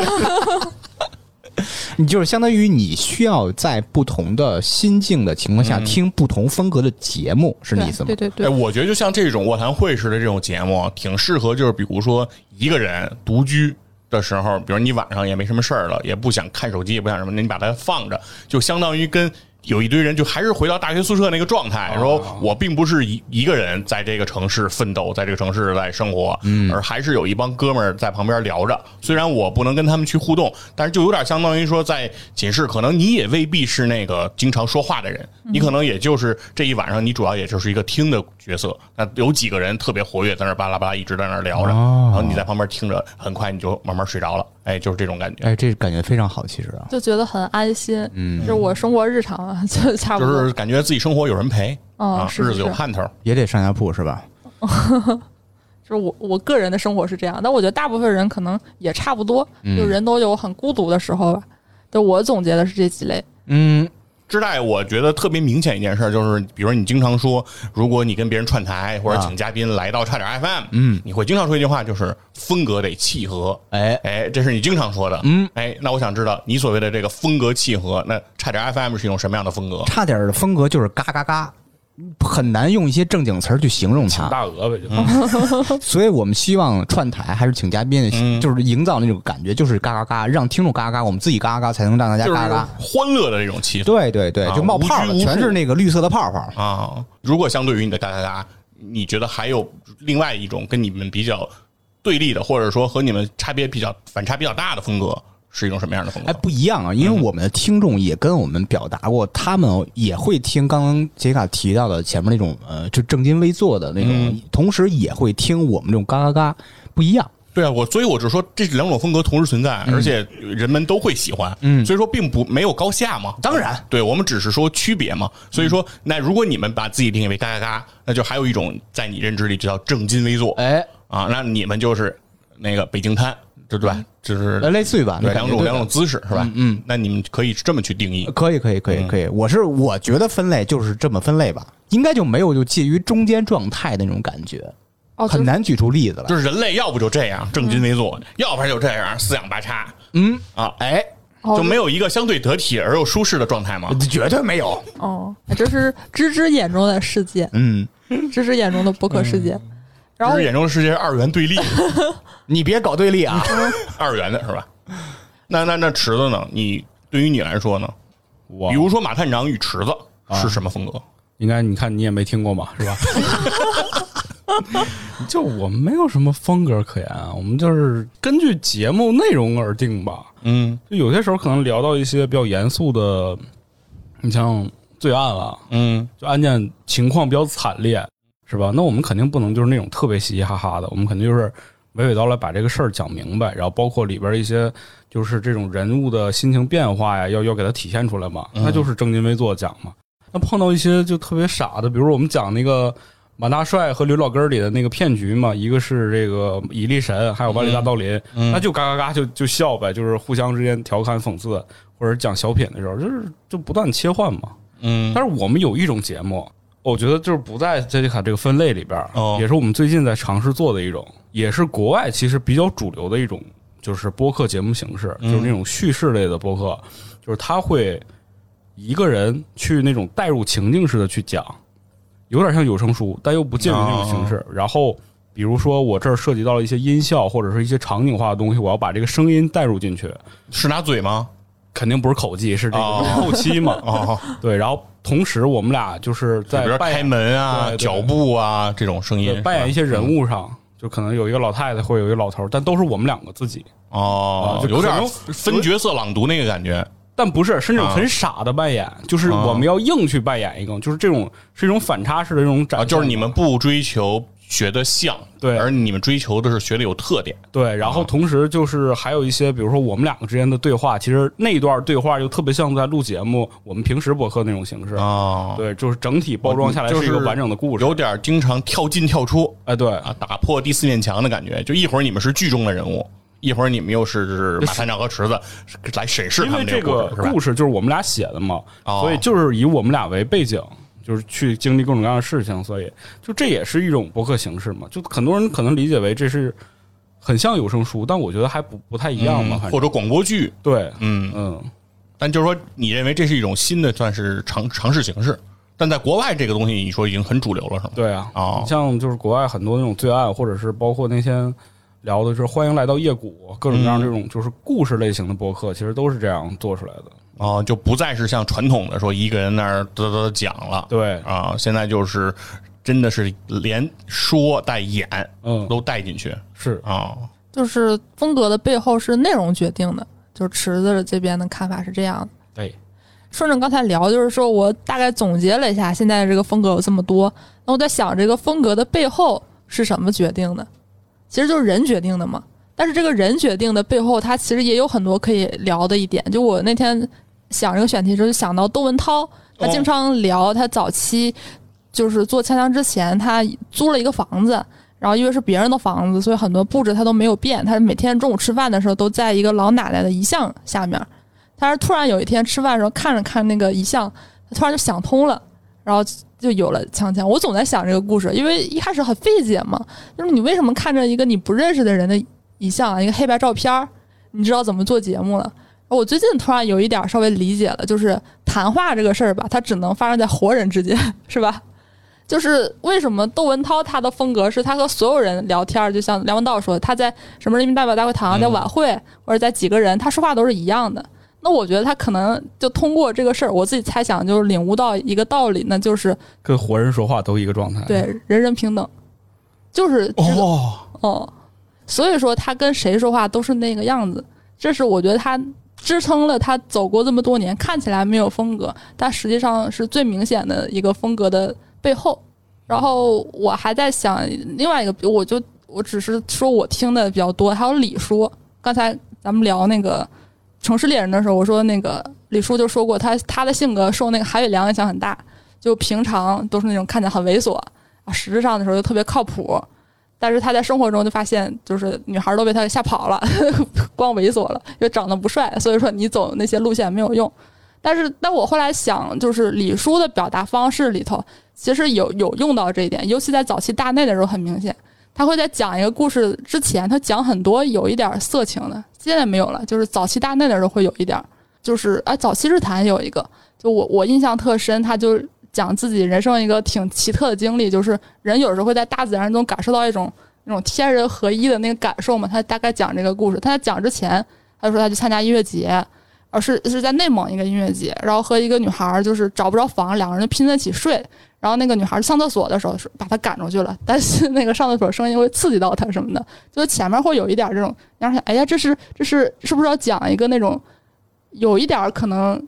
你就是相当于你需要在不同的心境的情况下嗯听不同风格的节目，是那意思吗对？对对对，哎，我觉得就像这种卧谈会式的这种节目，啊挺适合就是比如说一个人独居的时候，比如你晚上也没什么事儿了，也不想看手机，也不想什么，你把它放着，就相当于跟。有一堆人就还是回到大学宿舍那个状态，说我并不是一一个人在这个城市奋斗，在这个城市在生活，嗯而还是有一帮哥们儿在旁边聊着。虽然我不能跟他们去互动，但是就有点相当于说在寝室，可能你也未必是那个经常说话的人，嗯你可能也就是这一晚上你主要也就是一个听的角色。那有几个人特别活跃，在那儿巴拉巴拉一直在那儿聊着，哦然后你在旁边听着，很快你就慢慢睡着了。哎，就是这种感觉，哎，这感觉非常好，其实啊，就觉得很安心，嗯，就是我生活日常啊， 就差不就多，是感觉自己生活有人陪嗯啊，是是日子有是盼头。也得上下铺是吧？就是我我个人的生活是这样，但我觉得大部分人可能也差不多，就人都有很孤独的时候吧。就我总结的是这几类，嗯，之代，我觉得特别明显一件事儿就是，比如说你经常说，如果你跟别人串台或者请嘉宾来到差点 FM，嗯，你会经常说一句话，就是风格得契合。哎哎，这是你经常说的，嗯，哎，那我想知道你所谓的这个风格契合，那差点 FM 是一种什么样的风格？差点儿的风格就是嘎嘎嘎，很难用一些正经词儿去形容它。大鹅呗，就嗯所以我们希望串台还是请嘉宾，嗯就是营造那种感觉，就是嘎嘎嘎，让听众嘎嘎嘎，我们自己嘎嘎嘎，才能让大家就是嘎嘎。啊欢乐的这种气氛对对对，啊就冒泡无了，拘无束全是那个绿色的泡泡。啊。如果相对于你的嘎嘎嘎，你觉得还有另外一种跟你们比较对立的，或者说和你们差别比较反差比较大的风格，是一种什么样的风哎，格？不一样啊，因为我们的听众也跟我们表达过，他们也会听刚刚杰卡提到的前面那种呃，就正襟危坐的那种，同时也会听我们这种嘎嘎嘎，不一样。对啊，我所以我只说这两种风格同时存在，嗯而且人们都会喜欢，嗯，所以说并不没有高下嘛。呃当然嗯对我们只是说区别嘛。所以说，那如果你们把自己定义为嘎嘎嘎，那就还有一种在你认知里就叫正襟危坐，哎，啊，那你们就是那个北京摊，对对吧？就是呃类似于吧，对你感两觉种对吧两种姿势是吧？嗯，那你们可以这么去定义。可以，可以，可以，可以。我是我觉得分类就是这么分类吧，应该就没有就介于中间状态那种感觉，哦，很就难举出例子来。就是人类要不就这样正嗯襟危坐，要不然就这样四仰八叉，嗯啊，哎，呃哦就没有一个相对得体而又舒适的状态嘛。绝对没有。哦，这是芝芝眼中的世界，嗯，芝芝眼中的播客世界。然后就是嗯眼中的世界是二元对立， 你别搞对立啊。二元的是吧？那那那池子呢？你对于你来说呢？我啊比如说马探长与池子是什么风格？ 应该你看你也没听过嘛，是吧？ 就我们没有什么风格可言啊，我们就是根据节目内容而定吧。嗯就有些时候可能聊到一些比较严肃的，你像罪案啊，嗯就案件情况比较惨烈，是吧？那我们肯定不能就是那种特别嘻嘻哈哈的，我们肯定就是娓娓道来把这个事儿讲明白，然后包括里边一些就是这种人物的心情变化呀，要要给它体现出来嘛，那就是正襟危坐讲嘛。那碰到一些就特别傻的，比如我们讲那个。马大帅和刘老根儿里的那个骗局嘛，一个是这个伊力神，还有万里大道林，那就嘎嘎嘎就就笑呗，就是互相之间调侃讽刺，或者讲小品的时候，就是就不断切换嘛。嗯但是我们有一种节目，我觉得就是不在 J J 卡这个分类里边儿，哦也是我们最近在尝试做的一种，也是国外其实比较主流的一种，就是播客节目形式，嗯就是那种叙事类的播客，就是他会一个人去那种带入情境式的去讲，有点像有声书，但又不介于那种形式。哦然后比如说我这儿涉及到了一些音效或者是一些场景化的东西，我要把这个声音带入进去，是拿嘴吗？肯定不是口技，是这个哦后期嘛。 哦，对，然后同时我们俩就是比 在如说扮开演门啊、对对脚步啊这种声对音，扮演一些些人物上，就可能有一个老太太，会有一个老头儿，但都是我们两个自己，哦啊，就有可点能分角色朗读那个感觉。但不是是那种啊很傻的扮演，就是我们要硬去扮演一个，就是这种是一种反差式的这种展啊，现，就是你们不追求学的像，对而你们追求的是学的有特点。对，然啊后同时就是还有一些，比如说我们两个之间的对话，其实那一段对话就特别像在录节目，我们平时播客那种形式。哦，对，就是整体包装下来就是一个完整的故事。有点经常跳进跳出哎，对，啊，打破第四面墙的感觉。就一会儿你们是剧中的人物，一会儿你们又是马探长和池子来审视因他为们这个故个事，是故吧？事就是我们俩写的嘛，哦所以就是以我们俩为背景，就是去经历各种各样的事情，所以就这也是一种博客形式嘛。就很多人可能理解为这是很像有声书，但我觉得还不不太一样嘛，嗯或反正者广播剧，对，嗯，嗯，但就是说，你认为这是一种新的算是尝尝试形式，但在国外这个东西，你说已经很主流了，是吗？对啊，哦你像就是国外很多那种罪案，或者是包括那天聊的是欢迎来到夜谷，各种各样这种就是故事类型的博客，其实都是这样做出来的。哦，就不再是像传统的说一个人那儿嘚嘚嘚讲了，对，啊，现在就是真的是连说带演嗯，都带进去是啊。就是风格的背后是内容决定的，就是池子这边的看法是这样的。对，顺着刚才聊，就是说我大概总结了一下，现在这个风格有这么多，那我在想这个风格的背后是什么决定的？其实就是人决定的嘛。但是这个人决定的背后，它其实也有很多可以聊的一点。就我那天想这个选题的时候，就想到窦文涛，他哦经常聊他早期就是做锵锵之前，他租了一个房子，然后因为是别人的房子，所以很多布置他都没有变。他每天中午吃饭的时候都在一个老奶奶的遗像下面。但是突然有一天吃饭的时候看着看那个遗像，他突然就想通了，然后就有了锵锵。我总在想这个故事，因为一开始很费解嘛，就是你为什么看着一个你不认识的人的遗像，一个黑白照片儿，你知道怎么做节目了？我最近突然有一点儿稍微理解了，就是谈话这个事儿吧，它只能发生在活人之间， 是吧？就是为什么窦文涛他的风格是他和所有人聊天儿，就像梁文道说的，他在什么人民代表大会堂、在晚会或者在几个人，他说话都是一样的。那我觉得他可能就通过这个事儿，我自己猜想就是领悟到一个道理，那就是跟活人说话都一个状态。对人人平等，就是这个哦，哦，所以说他跟谁说话都是那个样子，这是我觉得他支撑了他走过这么多年，看起来没有风格，但实际上是最明显的一个风格的背后。然后我还在想另外一个，我就我只是说我听的比较多，还有李叔，刚才咱们聊那个《城市猎人》的时候，我说那个李叔就说过他他的性格受那个韩伟良影响很大，就平常都是那种看起来很猥琐啊，实质上的时候又特别靠谱，但是他在生活中就发现，就是女孩都被他吓跑了， 光猥琐了，又长得不帅，所以说你走那些路线没有用。但是，但我后来想，就是李叔的表达方式里头，其实有有用到这一点，尤其在早期大内的时候很明显。他会在讲一个故事之前，他讲很多有一点色情的，现在没有了。就是早期大内的时候会有一点，就是啊，早期日坛有一个，就我我印象特深，他就讲自己人生一个挺奇特的经历，就是人有时候会在大自然中感受到一种那种天人合一的那个感受嘛。他大概讲这个故事，他在讲之前，他就说他去参加音乐节，而是是在内蒙一个音乐节，然后和一个女孩儿就是找不着房，两个人就拼在一起睡。然后那个女孩上厕所的时候是把她赶出去了，但是那个上厕所声音会刺激到她什么的，就是前面会有一点这种，然后想，哎呀，这是这是是不是要讲一个那种有一点可能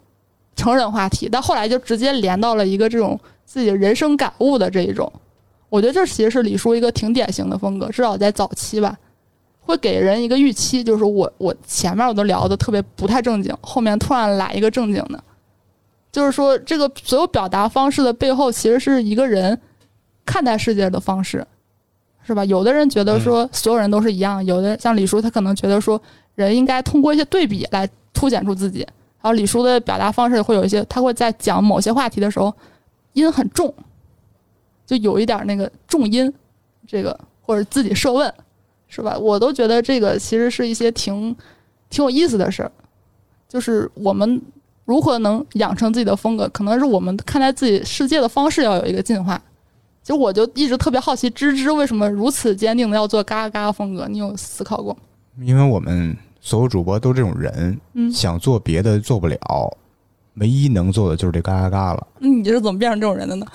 成人话题？但后来就直接连到了一个这种自己人生感悟的这一种，我觉得这其实是李叔一个挺典型的风格，至少在早期吧，会给人一个预期，就是我我前面我都聊的特别不太正经，后面突然来一个正经的。就是说，这个所有表达方式的背后，其实是一个人看待世界的方式，是吧？有的人觉得说所有人都是一样，有的像李叔，他可能觉得说人应该通过一些对比来凸显出自己。然后李叔的表达方式会有一些，他会在讲某些话题的时候音很重，就有一点那个重音，这个或者自己设问，是吧？我都觉得这个其实是一些挺挺有意思的事儿，就是我们。如何能养成自己的风格，可能是我们看待自己世界的方式要有一个进化。其实我就一直特别好奇，芝芝为什么如此坚定的要做嘎嘎风格？你有思考过吗？因为我们所有主播都这种人，嗯想做别的做不了，唯一能做的就是这嘎嘎嘎了。那嗯你是怎么变成这种人的呢？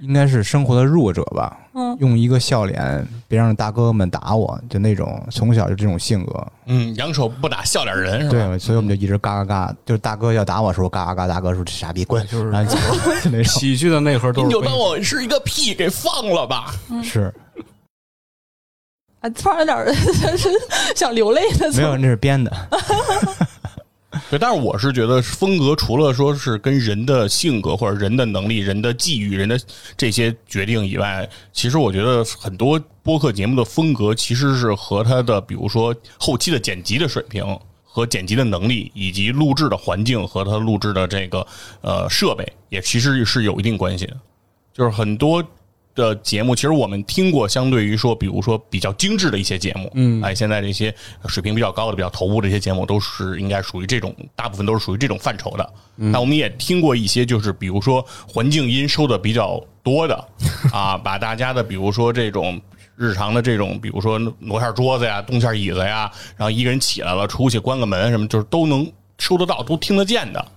应该是生活的弱者吧，嗯用一个笑脸，别让大哥们打我，就那种从小就这种性格。嗯，扬手不打笑脸人是吧？对，所以我们就一直嘎嘎嘎，就是大哥要打我的时候嘎嘎嘎，大哥说这傻 逼滚，就是然后就那种喜剧的内核都 你是就悲当我是一个屁给放了吧。是啊，突然有点儿 就是想流泪的。没有，那是编的。对，但是我是觉得风格除了说是跟人的性格或者人的能力、人的际遇、人的这些决定以外，其实我觉得很多播客节目的风格其实是和他的，比如说后期的剪辑的水平和剪辑的能力，以及录制的环境和他录制的这个呃设备，也其实是有一定关系的。就是很多的节目，其实我们听过，相对于说，比如说比较精致的一些节目，嗯，哎，现在这些水平比较高的、比较头部的一些节目，都是应该属于这种，大部分都是属于这种范畴的。但我们也听过一些，就是比如说环境音收的比较多的啊，把大家的，比如说这种。日常的这种，比如说挪下桌子呀、动下椅子呀，然后一个人起来了，出去关个门什么，就是都能收得到、都听得见的，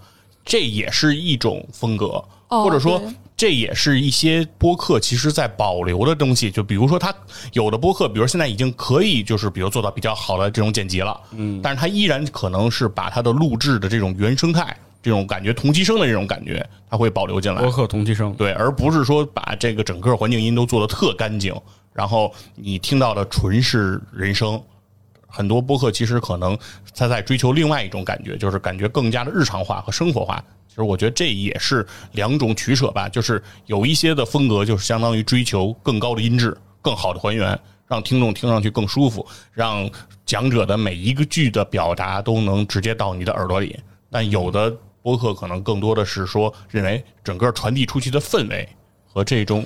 这也是一种风格，哦或者说对这也是一些播客其实在保留的东西，就比如说它有的播客，比如现在已经可以就是比如做到比较好的这种剪辑了，嗯，但是它依然可能是把它的录制的这种原生态、这种感觉同期声的这种感觉，它会保留进来播。客同期声。对，而不是说把这个整个环境音都做得特干净，然后你听到的纯是人声。很多播客其实可能他在追求另外一种感觉，就是感觉更加的日常化和生活化。其实我觉得这也是两种取舍吧，就是有一些的风格就是相当于追求更高的音质、更好的还原，让听众听上去更舒服，让讲者的每一个句的表达都能直接到你的耳朵里。但有的播客可能更多的是说，认为整个传递出去的氛围和这种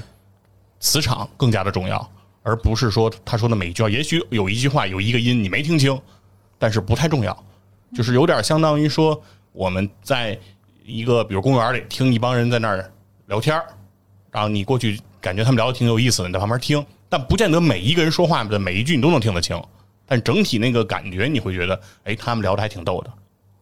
磁场更加的重要，而不是说他说的每一句话，也许有一句话有一个音你没听清，但是不太重要，就是有点相当于说我们在一个比如公园里听一帮人在那儿聊天儿然后你过去感觉他们聊的挺有意思的，你在旁边听，但不见得每一个人说话的每一句你都能听得清，但整体那个感觉你会觉得，哎，他们聊的还挺逗的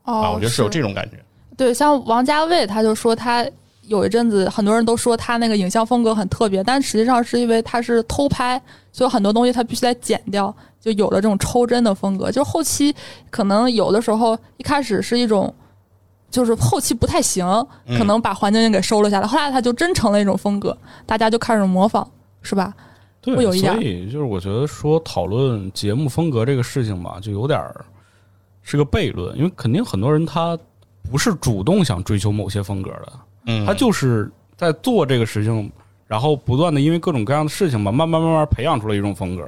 哦啊啊，我觉得是有这种感觉。对，像王家卫他就说他有一阵子很多人都说他那个影像风格很特别，但实际上是因为他是偷拍，所以很多东西他必须得剪掉，就有了这种抽帧的风格。就后期可能有的时候一开始是一种。就是后期不太行，嗯嗯可能把环境音给收了下来。后来他就真成了一种风格，大家就开始模仿，是吧？对，会有一点所以就是我觉得说讨论节目风格这个事情吧，就有点儿是个悖论，因为肯定很多人他不是主动想追求某些风格的，嗯，他就是在做这个事情，然后不断的因为各种各样的事情吧，慢慢慢慢培养出了一种风格。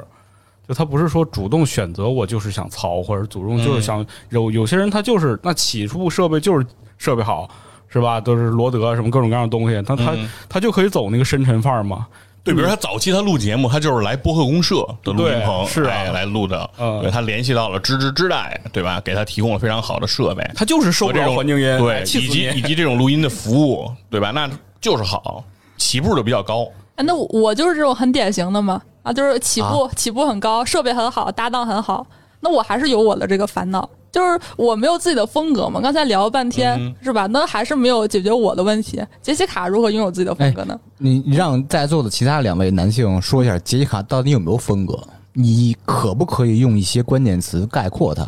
就他不是说主动选择我就是想糙，或者主动就是嗯想有有些人他就是那起步设备就是设备好是吧？都是罗德啊什么各种各样的东西，他他、嗯他就可以走那个深沉范儿嘛。对，比如他早期他录节目，他就是来播客公社的录音棚，对是啊哎来录的，嗯对他联系到了知之知代，对吧？给他提供了非常好的设备他就是受和不这了种环境音，对，哎气以死及以你！及这种录音的服务，对吧？那就是好，起步就比较高，哎那我我就是这种很典型的嘛，啊，就是起步、起步很高，设备很好，搭档很好，那我还是有我的这个烦恼，就是我没有自己的风格嘛。刚才聊了半天，嗯是吧？那还是没有解决我的问题。杰西卡如何拥有自己的风格呢？哎你你让在座的其他两位男性说一下杰西卡到底有没有风格？你可不可以用一些关键词概括 他？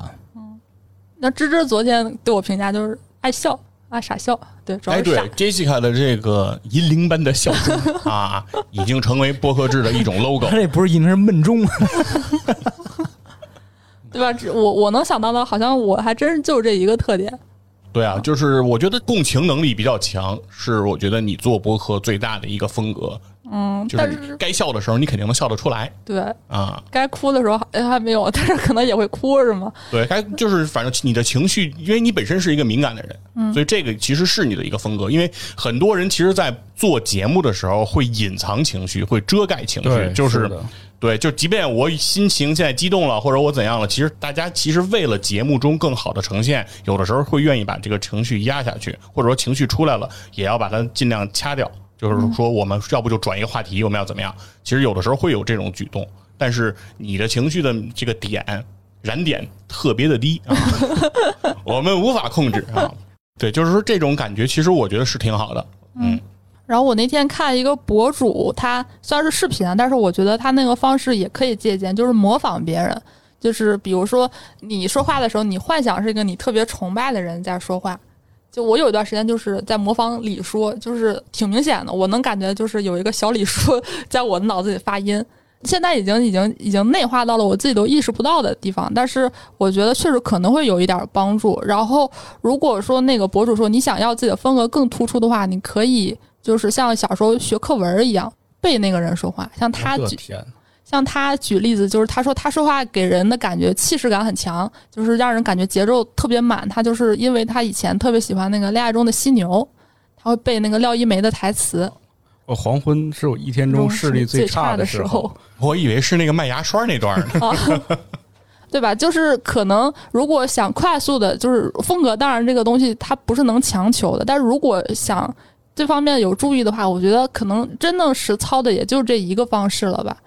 那芝芝昨天对我评价就是爱笑，爱傻笑，对，主要是哎，对傻。 ，Jessica 的这个银铃般的笑 容啊，已经成为播客制的一种 logo 他。这不是硬是闷中，对吧？这我我能想到的，好像我还真就这一个特点。对啊，就是我觉得共情能力比较强，是我觉得你做播客最大的一个风格，嗯，就但是是该笑的时候你肯定能笑得出来对啊。该哭的时候还还没有，但是可能也会哭，是吗？对，该就是反正你的情绪，因为你本身是一个敏感的人，所以这个其实是你的一个风格。因为很多人其实，在做节目的时候会隐藏情绪，会遮盖情绪，就是是的对，就即便我心情现在激动了，或者我怎样了，其实大家其实为了节目中更好的呈现，有的时候会愿意把这个情绪压下去，或者说情绪出来了，也要把它尽量掐掉。就是说，我们要不就转一个话题，我们要怎么样？其实有的时候会有这种举动，但是你的情绪的这个点燃点特别的低啊， 我们无法控制啊。对，就是说这种感觉，其实我觉得是挺好的。嗯然后我那天看一个博主，他虽然是视频啊，但是我觉得他那个方式也可以借鉴，就是模仿别人。就是比如说你说话的时候，你幻想是一个你特别崇拜的人在说话。就我有一段时间就是在模仿李叔，就是挺明显的，我能感觉就是有一个小李叔 在我的脑子里发音。现在已经已经已经内化到了我自己都意识不到的地方，但是我觉得确实可能会有一点帮助。然后如果说那个博主说你想要自己的风格更突出的话，你可以就是像小时候学课文一样背那个人说话，像他我的举天，像他举例子，就是他说他说话给人的感觉气势感很强，就是让人感觉节奏特别满。他就是因为他以前特别喜欢那个《恋爱中的犀牛》，他会背那个廖一梅的台词。我黄昏是我一天中视力最差的时候，我以为是那个卖牙刷那段呢。啊， 对吧？就是可能如果想快速的，就是风格，当然这个东西它不是能强求的，但是如果想这方面有注意的话，我觉得可能真正实操的也就这一个方式了吧。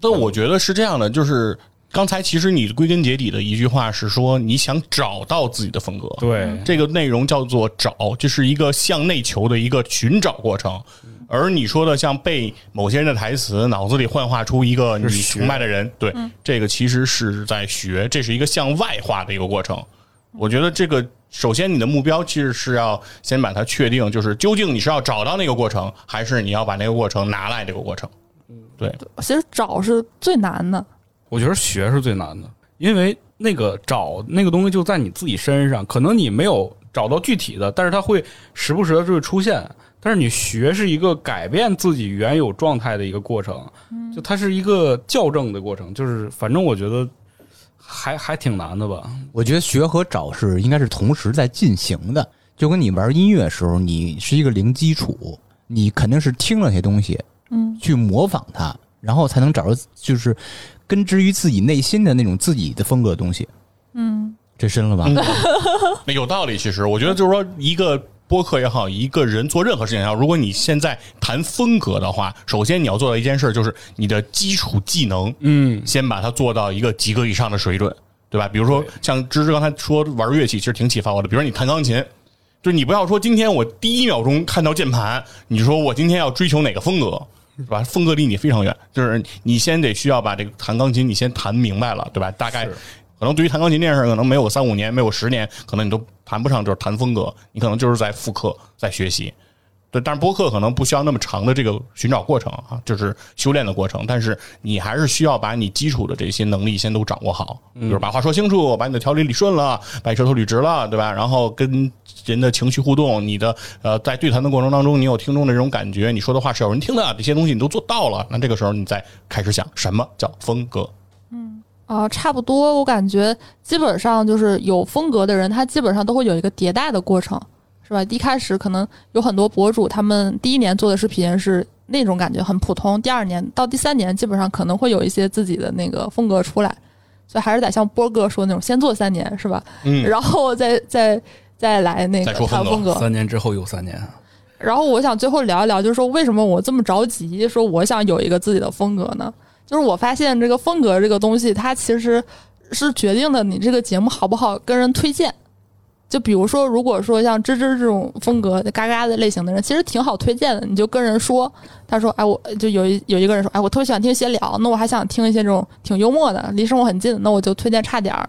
但我觉得是这样的，就是刚才其实你归根结底的一句话是说，你想找到自己的风格。对，这个内容叫做找，就是一个向内求的一个寻找过程。嗯而你说的像背某些人的台词，脑子里幻化出一个你是学崇拜的人，对，这个其实是在学，这是一个向外化的一个过程。我觉得这个，首先你的目标其实是要先把它确定，就是究竟你是要找到那个过程，还是你要把那个过程拿来这个过程。对，其实找是最难的，我觉得学是最难的，因为那个找那个东西就在你自己身上，可能你没有找到具体的，但是它会时不时的就会出现。但是你学是一个改变自己原有状态的一个过程，就它是一个校正的过程，就是反正我觉得还还挺难的吧。我觉得学和找是应该是同时在进行的，就跟你玩音乐的时候，你是一个零基础，你肯定是听了些东西，嗯，去模仿它，然后才能找到就是根植于自己内心的那种自己的风格的东西。嗯。这深了吧？ 那有道理，其实我觉得就是说，一个播客也好，一个人做任何事情也好，如果你现在谈风格的话，首先你要做到一件事，就是你的基础技能，嗯，先把它做到一个及格以上的水准，对吧？比如说像芝芝刚才说玩乐器，其实挺启发我的。比如说你弹钢琴，就是你不要说今天我第一秒钟看到键盘，你说我今天要追求哪个风格，是吧？风格离你非常远，就是你先得需要把这个弹钢琴你先弹明白了，对吧？大概可能对于弹钢琴这件事儿，可能没有三五年，没有十年，可能你都谈不上就是谈风格，你可能就是在复刻，在学习。对，但是播客可能不需要那么长的这个寻找过程啊，就是修炼的过程。但是你还是需要把你基础的这些能力先都掌握好，就是把话说清楚，把你的条理理顺了，把你舌头捋直了，对吧？然后跟人的情绪互动，你的呃，在对谈的过程当中，你有听众的这种感觉，你说的话是有人听的，这些东西你都做到了，那这个时候你再开始想什么叫风格。啊、差不多，我感觉基本上就是有风格的人，他基本上都会有一个迭代的过程，是吧？一开始可能有很多博主，他们第一年做的视频是那种感觉很普通，第二年到第三年，基本上可能会有一些自己的那个风格出来，所以还是得像波哥说的那种，先做三年，是吧？嗯，然后再再再来那个再说谈风风格，三年之后又三啊年，然后我想最后聊一聊，就是说为什么我这么着急，说我想有一个自己的风格呢？就是我发现这个风格这个东西，它其实是决定了你这个节目好不好跟人推荐。就比如说，如果说像芝芝这种风格嘎嘎的类型的人，其实挺好推荐的。你就跟人说，他说：“哎，我就有一有一个人说，哎，我特别喜欢听闲聊，那我还想听一些这种挺幽默的，离生活很近的，那我就推荐差点儿，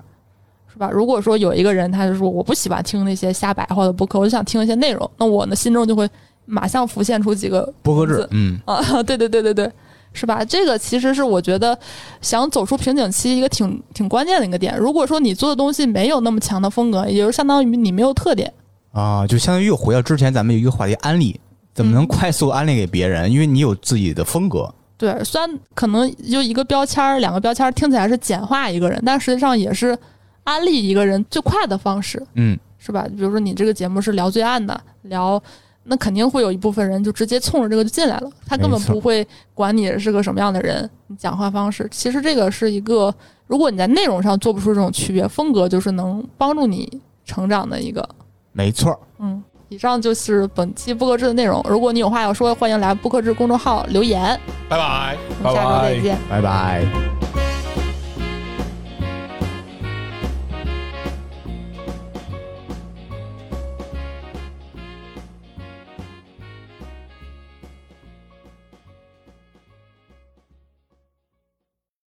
是吧？如果说有一个人他就说我不喜欢听那些瞎白话的播客，我就想听一些内容，那我呢心中就会马上浮现出几个播客名制字，嗯，啊， 对对对对对，是吧？这个其实是我觉得想走出瓶颈期一个挺挺关键的一个点。如果说你做的东西没有那么强的风格，也就是相当于你没有特点，啊，就相当于又回到之前咱们有一个话题安利，怎么能快速安利给别人？因为你有自己的风格，对，虽然可能就一个标签儿、两个标签儿听起来是简化一个人，但实际上也是安利一个人最快的方式，嗯，是吧？比如说你这个节目是聊罪案的，聊那肯定会有一部分人就直接冲着这个就进来了，他根本没错不会管你是个什么样的人，你讲话方式。其实这个是一个，如果你在内容上做不出这种区别，风格就是能帮助你成长的一个没错儿。嗯，以上就是本期播客制的内容。如果你有话要说，欢迎来播客制公众号留言。拜拜。我们下周拜再拜见。拜拜。